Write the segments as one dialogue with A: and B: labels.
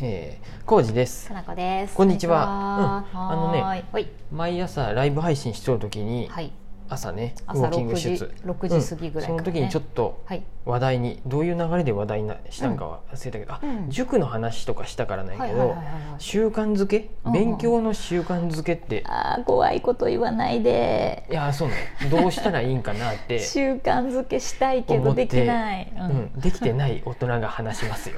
A: えー、浩二です
B: かなこです。
A: こんにちは
B: こんにちは
A: うんあのね
B: はーいほい
A: 毎朝ライブ配信しとる時に
B: はい。
A: 朝ねウ
B: 朝
A: ォーキン
B: 六
A: グし
B: 時
A: つつ
B: 六時過ぎぐ
A: そ
B: らいからね
A: の時にちょっと
B: はい。
A: 話題にどういう流れで話題になしたんかは忘れたけど、あ
B: うん
A: 塾の話とかしたからない
B: はい
A: け
B: はいはい
A: ど、
B: はいはい。
A: 習慣づけ
B: うんうん
A: 勉強の習慣づけって、
B: ああ怖いこと言わないで。
A: いやーそうねどうしたらいいんかなって、
B: 習慣づけしたいけ
A: 思
B: ど
A: って
B: できない。 う
A: うんん、できてない大人が話しますよ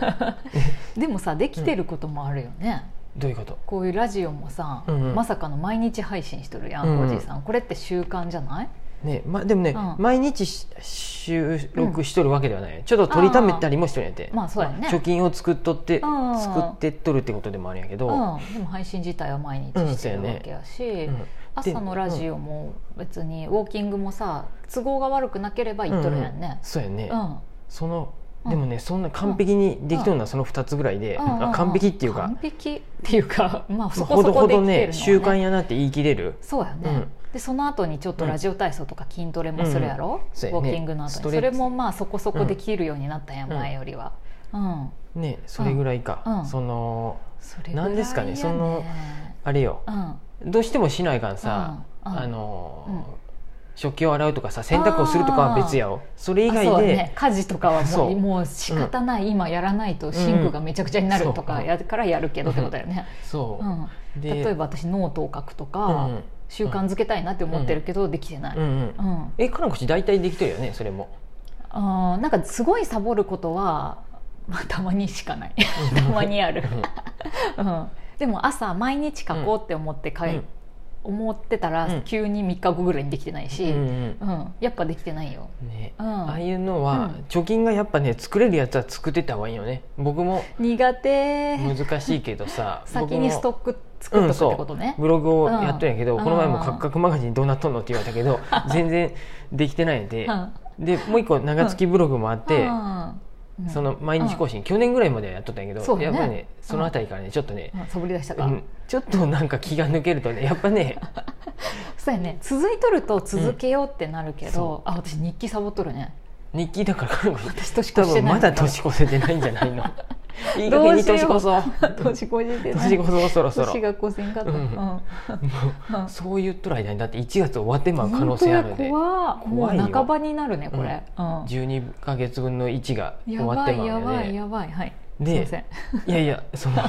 B: でもさできてることもあるよね。
A: どういうこと
B: こういうラジオもさ、
A: うんうん
B: まさかの毎日配信しとるや
A: うん
B: ん、
A: う
B: お
A: ん
B: じいさん。これって習慣じゃない？
A: ねま、でもね、
B: うん
A: 毎日し収録しとるわけではない、ちょっと取りためたりもしとるんやて
B: あーまあそうやね
A: 貯金を作っとって、
B: うんうん
A: 作ってっとるってことでもあるんやけ
B: う
A: ど、
B: ん。でも配信自体は毎日してるわけやし。
A: うん
B: 朝のラジオも別にウォーキングもさ都合が悪くなければ行っとるやんね、
A: そうやね、
B: うん
A: その
B: うん
A: でもねそんな完璧にできとるのはその2つぐらいで、
B: うんうんうん
A: あ完璧っていうか
B: 完、璧っていうか まあ
A: ま
B: そ
A: あ、
B: こ
A: ほ
B: そ
A: ど
B: こ
A: ほ
B: で
A: ど
B: きてるのはね,、
A: ね習慣やなって言い切れる
B: そうやね、
A: うん
B: でその後にちょっとラジオ体操とか筋トレもするやろ、
A: うんそうや
B: ウォ
A: ね
B: ーキングの後
A: ス
B: に
A: ト
B: そ
A: レッチ
B: れもまあそこそこできるようになったんや、
A: うん
B: 前よりはうん
A: ねそれぐらいか、
B: うん
A: その
B: それぐらいや、
A: なんですかねそのあれよ
B: うん
A: どうしてもしないからさ、
B: うんうん
A: あのー
B: うん
A: 食器を洗うとかさ洗濯をするとかは別やよそれ以
B: あ
A: 外
B: そう
A: で、
B: やね、家事とかは
A: そ
B: も
A: う
B: うもう仕方ない、今やらないとシンクがめちゃくちゃになると
A: うん
B: か
A: そう
B: やるからやるけどってことだよね、
A: そう、
B: うん、
A: で
B: 例えば私ノートを書くとか、
A: うんうん
B: 習慣づけたいなって思ってるけど、できてない、
A: うんうん
B: うん
A: えかのこち大体できてるよねそれも
B: あーなんかすごいサボることは、まあ、たまにし かないたまにある、うん、でも朝毎日書こうって思って書い、
A: うん
B: 思ってた
A: う
B: ら
A: ん
B: 急に3日後ぐらいにできてないし、
A: う
B: うんん
A: うん
B: やっぱできてないよ、
A: ね
B: うん
A: ああいうのは、
B: うん
A: 貯金がやっぱね作れるやつは作ってた方がいいよね僕も
B: 苦手
A: 難しいけどさ
B: 先にスト
A: ッ
B: ック作っとくってことね、
A: ブログをやっとるんやけど、
B: うん
A: この前も「カクカクマガジンどうなっとんの?」って言われたけど全然できてないんで、
B: うん
A: でもう一個長月ブログもあって、
B: うん
A: その毎日更新、去年ぐらいまではやっとったんやけど、
B: そう
A: や
B: よ
A: っ
B: ね
A: ぱりねそのあたりからねちょっとね、
B: うんサボり出した
A: う
B: か、
A: ん、ちょっとなんか気が抜けるとねやっぱね
B: そうやね続いとると続けようってなるけど、あ私日記サボっとるね
A: 日記だからかのこち
B: 私年越
A: 多
B: して
A: 分
B: ない
A: まだ年
B: 越
A: 越せてないんじゃ ないのいい加減に年越そう
B: 年越してな い
A: 年越そうそろそろ
B: 年が越せんかった、
A: うん
B: うんうん
A: そう言っとる間にだって1月終わってまう可能性ある
B: 本当
A: で
B: や怖い
A: 怖いよ
B: もう半ばになるねこれ、うん
A: 12か月分の1が終
B: や
A: わっ
B: ば
A: て
B: いや
A: まう
B: ばい
A: よね
B: やばいはいすい
A: で
B: ません、
A: いやいやその
B: う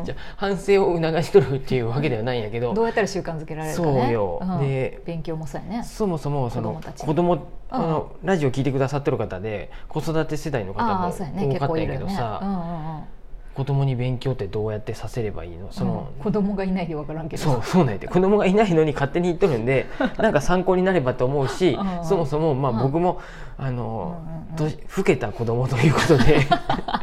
B: ん
A: じゃあ反省を促しとるっていうわけではないんやけ
B: ど
A: ど
B: うやったら習慣づけられるかね
A: そうよ
B: ん
A: で
B: 勉強もそうやね
A: そもそもその
B: 子供たち
A: 子供
B: うん
A: あのラジオ聞いてくださってる方で子育て世代の方
B: あ
A: も
B: あそうやね
A: 多
B: 結
A: かった
B: 構
A: ん
B: い
A: や
B: る
A: け
B: よ
A: ど
B: ね、う
A: さ
B: んうんうん
A: 子供に勉強ってどうやってさせればいいのその
B: うん子供がいないで分からんけど
A: そうそうなんやて子供がいないのに勝手に言っとるん でなんか参考になればと思うし
B: うん
A: そもそもまあ
B: うん
A: 僕もあの
B: うんうんうん
A: 年老けた子供ということ で
B: う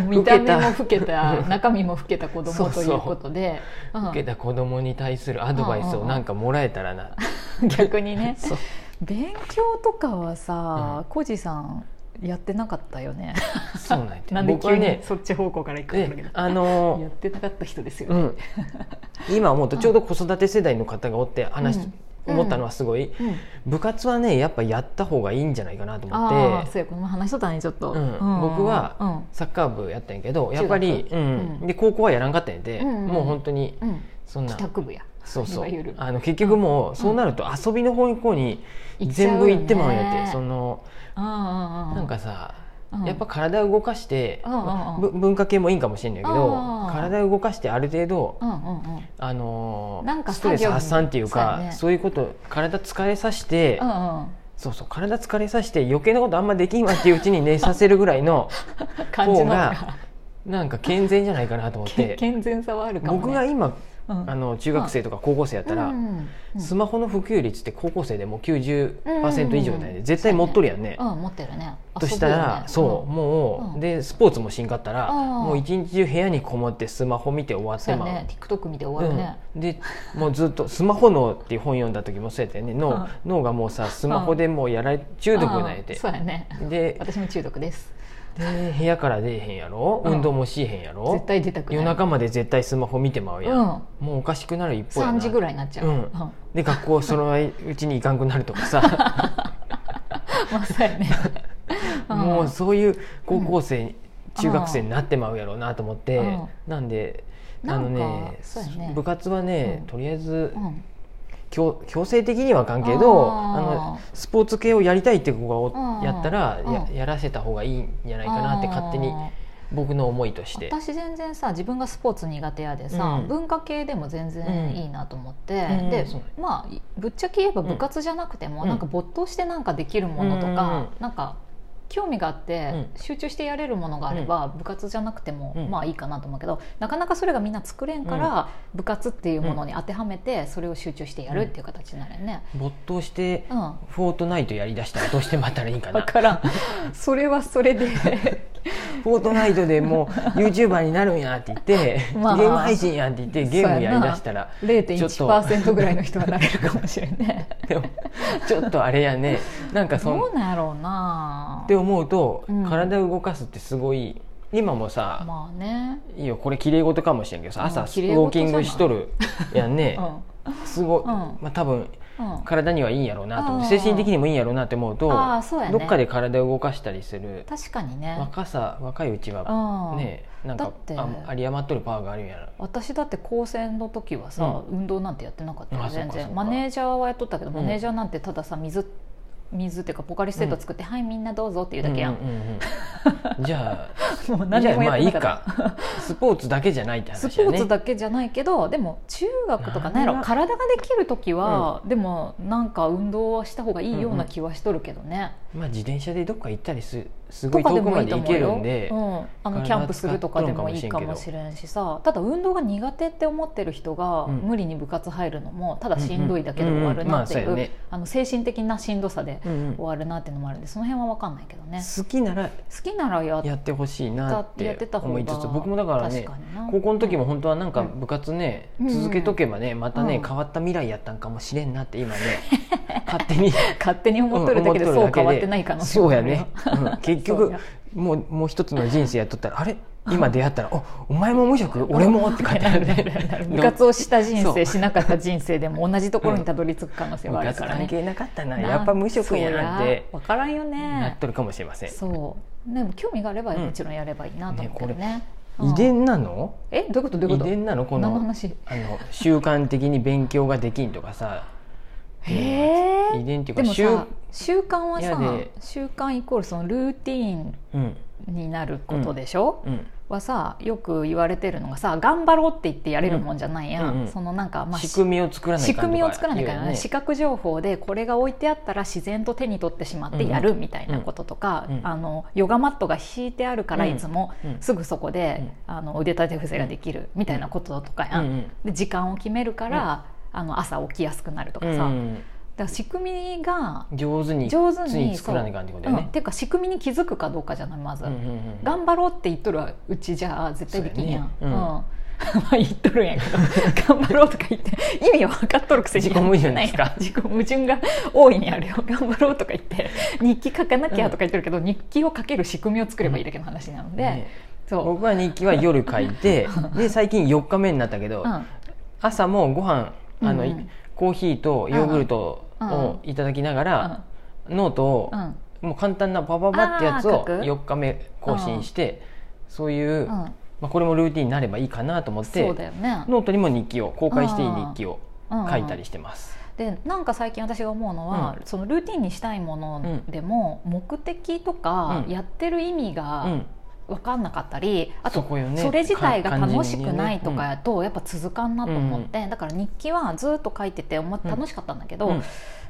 B: ん見た目も老けた中身も老けた子
A: そう
B: 供
A: そ
B: と
A: う
B: いうことでうん
A: 老けた子供に対するアドバイスをなんかもらえたらな
B: 逆 にね
A: そう
B: 勉強とかはさコージさんやってなかったよね
A: そうなんやて
B: なんで
A: 僕
B: 急
A: は
B: に
A: ね
B: そっち方向から行くんだ
A: で
B: けど
A: あ
B: や
A: の
B: ってなかった人ですよ
A: う
B: ね
A: ん今思うとちょうど子育て世代の方がおって話し
B: うん
A: 思ったのはすごい
B: うん
A: 部活はねやっぱやった方がいいんじゃないかなと思
B: あ
A: っ
B: あ
A: て
B: そうやこの前話しとったねちょっと
A: うん僕はサッカー部やったんやけどやっぱり、
B: 中
A: うん
B: 学うん
A: で高校はやらんかったんやで、
B: うんうんうん
A: もう本当に
B: うんうん
A: そんな
B: 帰宅部や
A: そうそう
B: いわゆる
A: あの結局もうそうなると遊びの方向に
B: 行っちゃう
A: 全
B: よ
A: 部
B: ね
A: 行ってまうんやって、そのな
B: なん
A: かさ、
B: うん
A: やっぱ体を動かして、
B: うんうんうん
A: まぶ文化系もいいんかもしれないけど
B: あー
A: 体を動かしてある程度、
B: うんうんうん
A: あのー
B: なんか
A: ストレス
B: 作業に
A: 発散っていうか
B: そう
A: そう
B: やね
A: いうこと体疲れさせて、
B: うん
A: そうそう体疲れさせて余計なことあんまできんわっていううちに寝させるぐらい の
B: うん感じ
A: 方
B: の
A: がなんか健全じゃないかなと思っ
B: け
A: て
B: 健全さはあるかもね
A: 僕が今
B: うん
A: あの中学生とか高校生やったら、
B: うんうんうん
A: スマホの普及率って高校生でもう90%以上
B: うんう
A: だよ
B: んうん
A: ね
B: うん
A: 絶対持っとるやんね。
B: うん持ってるね
A: としたら、そう
B: う
A: もう、
B: うん
A: でスポーツもしんかったら、
B: あー
A: もう一日中部屋にこもってスマホ見て終わっ
B: そう
A: て
B: や
A: まう
B: ね TikTok 見て終わるね
A: うん、でもうずっと「スマホ脳」っていう本読んだ時もそうやったよね脳脳がもうさスマホでもうやられ中毒になれ
B: うん
A: て
B: そうやね
A: で
B: 私も中毒です
A: で部屋から出えへんやろ
B: うん
A: 運動もしえへんやろ
B: 絶対出たくない
A: 夜中まで絶対スマホ見てまうやん、もうおかしくなる一方やな
B: 3時ぐらいになっちゃう
A: うん
B: うんま
A: で学校そのうちに行かんくなるとかさ
B: あそうやね
A: もうそういう高校生中学生になってまうやろうなと思って
B: うん
A: なんであ
B: なん
A: の
B: か
A: ね
B: そうやね
A: 部活はね、
B: うん
A: とりあえず
B: うん
A: 強強制的にはあかんけど
B: あー
A: あのスポーツ系をやりたいって子が
B: うん
A: おやったらや
B: うん
A: やらせた方がいいんじゃないかなって勝手に
B: あ
A: 僕の思いとし
B: ー
A: て。
B: 私全然さ自分がスポーツ苦手やでさ、
A: うん
B: 文化系でも全然いいなと思って、
A: うん
B: で、
A: そう
B: まあぶっちゃけ言えば部活じゃなくても、
A: うん
B: なんか没頭してなんかできるものとか、
A: う
B: なんか興味があって、集中してやれるものがあれば、部活じゃなくても、
A: うん
B: まあいいかなと思うけどなかなかそれがみんな作れんから、部活っていうものに当てはめてそれを集中してやるっていう形になるよね。
A: 没頭して
B: うんわ
A: フォートナイトやりだしたらどうしてまたらいいかな
B: からんそれはそ れで
A: フォートナイトでもう YouTuber になるんやって言って、
B: まあ
A: ゲーム配信やって言ってゲームやりだしたら
B: 0.1%ぐらいの人はなれるかもしれない
A: でもちょっとあれやねなんかそん
B: ど
A: っ
B: うなんやろうな
A: て思うと、
B: うん
A: 体を動かすってすごい今もさ、
B: まあね、
A: いいよこれ綺麗事かもしれんけどさ朝
B: う
A: ウ
B: ん
A: ォ
B: 綺
A: ーキ
B: 麗事じゃない
A: ングしとる やんね
B: うん
A: すごい、
B: ん
A: まあ、多分
B: うん、
A: 体にはいいんやろうなと思って
B: うん
A: 精神的にもいいんやろうなって思うと
B: あーそうやね
A: どっかで体を動かしたりする
B: 確かにね、
A: 若さ若いうちは
B: うん
A: ねなん
B: だ
A: か
B: って
A: あ有り余っとるパワーがあるんやろ
B: 私だって高専の時はさ、運動なんてやってなかったよ
A: あそうか
B: 全
A: そう
B: 然
A: か
B: マネージャーはやっとったけど、
A: うん
B: マネージャーなんてたださ水水っていうかポカリスエット作って、はいみんなどうぞっていうだけやん、
A: うう うんじゃ
B: もう
A: あ
B: 何
A: じ
B: に
A: ゃあ
B: も
A: まあ
B: やって
A: いい
B: なかっ
A: かスポーツだけじゃないって
B: たス
A: 話
B: ポ
A: やね
B: ーツだけじゃないけどでも中学とかなんやろ
A: なんだ
B: 体ができる時は、でもなんか運動はした方がいいような気はしとるけどね、
A: まあ自転車でどっか行ったりすすご
B: と
A: い
B: か
A: 遠
B: で
A: く
B: も
A: ま
B: いい
A: で
B: と
A: 行
B: 思
A: け
B: う
A: る
B: よ
A: ん、で
B: うん、あの
A: 体
B: キャンプするとかでもいいかもしれんしさただ運動が苦手って思ってる人が
A: うん
B: 無理に部活入るのもただしんどいだけで終わるなってい
A: うんうんうんまあそうや
B: う
A: ね
B: あの精神的なしんどさで
A: うんうん
B: 終わるなっていうのもあるんでその辺は分かんないけどね
A: 好きなら
B: 好きならやっ
A: やってほしいな
B: た
A: っ
B: やっ
A: て
B: てた方
A: 思
B: が
A: いつつ僕もだからね
B: 確にな
A: 高校の時も本当はなんか部活ね、
B: うん
A: 続けとけばねまたね、
B: うん
A: 変わった未来やったんかもしれんなって今 ね勝手に
B: 勝手に思っとるだけで
A: うん
B: そう
A: 思っと
B: 変
A: るだ
B: わっ
A: け
B: て
A: で
B: ない可能性
A: そ
B: も
A: う
B: あ
A: や
B: るよ
A: ね、 うん結
B: そう
A: 局
B: や
A: もうもう一つの人生やっとったらあれ今出会ったら「おお前も無職俺も」って書いてあるね
B: 部活
A: を
B: をした人
A: そ
B: 生
A: う
B: しなかった人生でも同じところにたどり着く可能性はあるから
A: 関
B: ね
A: 係なかったなやっぱ無職やなって
B: 分からんよね
A: なっとるかもしれません、
B: そうでも興味があれば
A: うん
B: もちろんやればいいなと思うけどね,、うん
A: 遺伝なの
B: えどういうことどういう
A: 遺
B: こと
A: 伝なのこ
B: 何の
A: の
B: 話
A: あの習慣的に勉強ができんとかさ
B: へえ
A: 遺伝っていうか
B: でも
A: 習
B: さ習慣はさ
A: 嫌で
B: 習慣イコールそのルーティーン
A: うん
B: になることでしょ、
A: うん
B: はさよく言われてるのがさ頑張ろうって言ってやれるもんじゃないやん、
A: うんうんうん
B: そのなんかまあ
A: 仕組みを作らない
B: 仕組みを作らない
A: かん
B: か
A: と
B: ら
A: か
B: ね
A: ね
B: 視覚情報でこれが置いてあったら自然と手に取ってしまってやるみたいなこととか、
A: うんうん
B: あのヨガマットが敷いてあるから
A: うん
B: いつも
A: うん
B: すぐそこで、あの腕立て伏せができるみたいなこととかやん、
A: うんうん
B: で時間を決めるから、あの朝起きやすくなるとかさ、だから仕組みが
A: 上手に
B: 上手に
A: 常作らないかんってこと
B: そう
A: よ
B: うんっ
A: ね
B: ていうか仕組みに気づくかどうかじゃないまず、
A: うんうんうん
B: 頑張ろうって言っとるうちじゃあ絶対できんやん
A: そうやねうん
B: まあ言っとるんやけど 頑張ろうとか言って意味は分かっとるくせに
A: 自己矛盾ですか
B: 自己矛盾が大いにあるよ頑張ろうとか言って日記書かなきゃとか言ってるけど、日記を書ける仕組みを作ればいいだけの話なので、
A: ね
B: そう、
A: 僕は日記は夜書い てで最近4日目になったけど
B: うん
A: 朝もご飯あの
B: うんうん
A: コーヒーとヨーグルトをいただきながらノートを
B: うん
A: もう簡単なパパパってやつ
B: あ
A: を
B: ー書く
A: 4日目更新してそういう
B: うん
A: まあこれもルーティンになればいいかなと思っ
B: そ
A: て
B: うだよね、
A: ノートにも日記を公開していい日記を書いたりしてます。
B: でなんか最近私が思うのは、そのルーティンにしたいものでも、目的とか
A: うん
B: やってる意味が、
A: うん
B: 分かんなかったりあと
A: そこよね
B: それ自体が
A: か
B: 楽しくないと
A: 感じにねう
B: か
A: ん
B: やとやっぱ続かんなと思って、だから日記はずっと書いてて思っ
A: うん
B: 楽しかったんだけど、
A: うん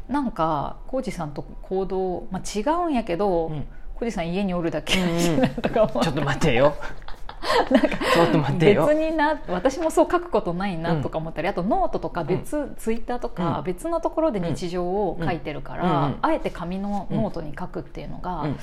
B: なんか浩二さんと行動、まあ、違うんやけ
A: う
B: ど
A: ん
B: 浩二、さん家におるだけ
A: うんうん
B: とか思
A: ち
B: って
A: ょっと待て よ。ちょっと待て
B: 別
A: よ。
B: にな私もそう書くことないなとか思ったり、あとノートとか別、ツイッターとか
A: うん
B: 別のところで日常を書いてるから、
A: うんうん
B: あえて紙のノートに書くっていうのが、
A: うん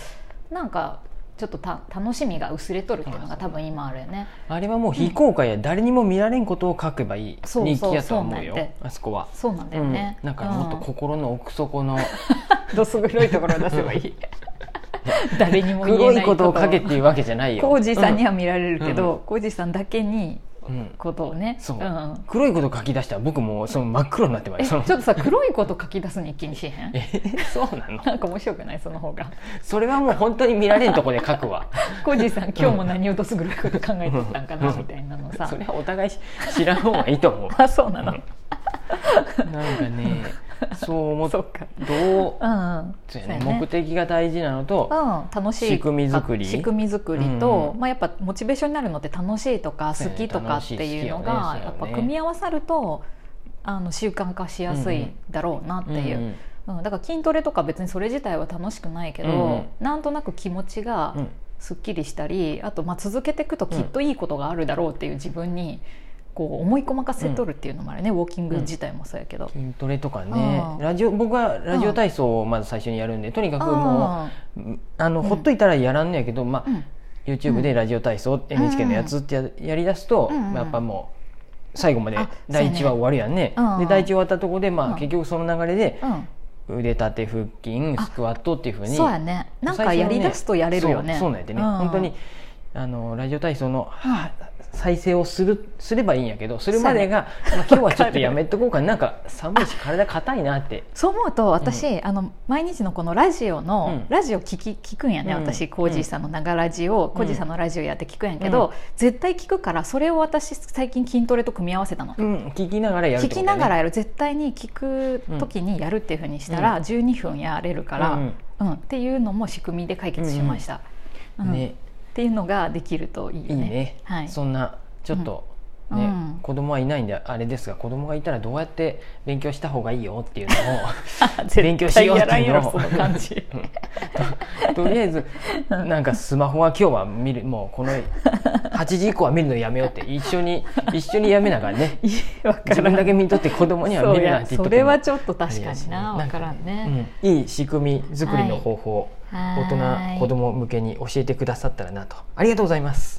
B: なんかちょっとた楽しみが薄れとるっていうのが多分今あるよね。
A: あれはもう非公開や誰にも見られんことを書けばいい
B: そうそ
A: 日
B: う
A: 記やとは思う
B: そうなん
A: よ
B: て
A: あそこは。
B: そうなんだよね、
A: うんだからもっと心の奥底の
B: うんどす黒いところを出せばいい誰にも言え
A: 黒
B: ないい
A: ことを書けっ
B: を
A: ていうわけじゃないよ。
B: 浩二さんに
A: は
B: は見られるけど浩二、さんだけに
A: うん
B: ことをね、
A: そうん
B: ん
A: 黒いこと書き出したら僕もうその真っ黒になってま
B: え
A: す
B: ちょっ
A: その
B: とさ黒いこと書き出すに気にしへん
A: えそうなの
B: なんか面白くないその方が
A: それはもう本当に見られんとこで書くわ
B: コージーさん今日も何をどす黒いこと考えてったんかなみたいなのさ
A: それはお互いし知らん方がいいと思う
B: あそうなの、
A: なんかね そう思っ
B: そうか
A: どう
B: うんうん
A: そうや
B: そう
A: ね
B: やね
A: 目的が大事なのと、
B: うん、楽しい
A: 仕組み作り
B: あ仕組み作りと、
A: うんうん
B: まあ、やっぱモチベーションになるのって楽しいとか
A: そう
B: 好
A: やね
B: きとかっていうのが、
A: 楽しい好きよね
B: やっ
A: そう
B: ぱ
A: やね
B: 組み合わさるとあの習慣化しやすいだろうなっていう、うん
A: ん
B: だから筋トレとか別にそれ自体は楽しくないけど、
A: うんうん
B: なんとなく気持ちが
A: うん
B: すっきりしたりあとまあ続けていくときっといいことがあるだろうっていう自分にこう思い込まかせとるっていうのもあるね、ウォーキング自体もそうやけど。
A: 筋トレとかね
B: うん
A: ラジオ僕はラジオ体操をまず最初にやるんでとにかくも
B: あ
A: ううんあの
B: うん
A: ほっといたらやらんのやけど、ま
B: ー
A: あ
B: う、ん
A: YouTube でラジオ体操、
B: ん
A: NHK のやつってややりだすと、
B: うんうん
A: やっぱもう最後まで
B: あ
A: 第1話終わるやんね
B: そうやねうん
A: で第1話終わったところで、まあ
B: うん
A: 結局その流れで
B: うん
A: 腕立て腹筋スクワットっていうふうに
B: そうやねなんかやりだすとやれるよね
A: そうそうなんやってね、
B: うん
A: 本当にあのラジオ体操の
B: は
A: 再生をするすればいいんやけどそれまでが、まあ今日はちょっとやめとこうかななん か寒いし体硬いなって
B: そう思うと私、あの毎日のこのラジオの、
A: うん
B: ラジオ聞き聞くんやね、
A: うん
B: 私コージーさんの長ラジオ、コージーさんのラジオやって聞くんやけど、
A: うん
B: 絶対聞くからそれを私最近筋トレと組み合わせたの、
A: うん聞きながらやるっ
B: 聞
A: てこと
B: き
A: だ
B: な
A: よね
B: がらやる絶対に聞く時にやるっていうふうにしたら、
A: うん
B: 12分やれるから、
A: う
B: うんんっていうのも仕組みで解決しました、うん
A: ね
B: っていうのができるといい
A: いい
B: よね。
A: ね、
B: はい
A: そんなちょっと、ね
B: うん
A: 子供はいないんであれですが子供がいたらどうやって勉強した方がいいよっていうの勉強しようっていうのを
B: 絶対やらんやろその感じ
A: を とりあえず
B: うん
A: なんかスマホは今日は見るもうこの8時以降は見るのやめようって一緒に一緒にやめながらね
B: いやわからん
A: 自分だけ見とって子供には見るなって言っと
B: そうやそ
A: くの
B: れはちょっと確かにな
A: あ
B: 分
A: りやし
B: からんね
A: うんいい仕組み作りの方法、
B: はい
A: 大人子供向けに教えてくださったらなとありがとうございます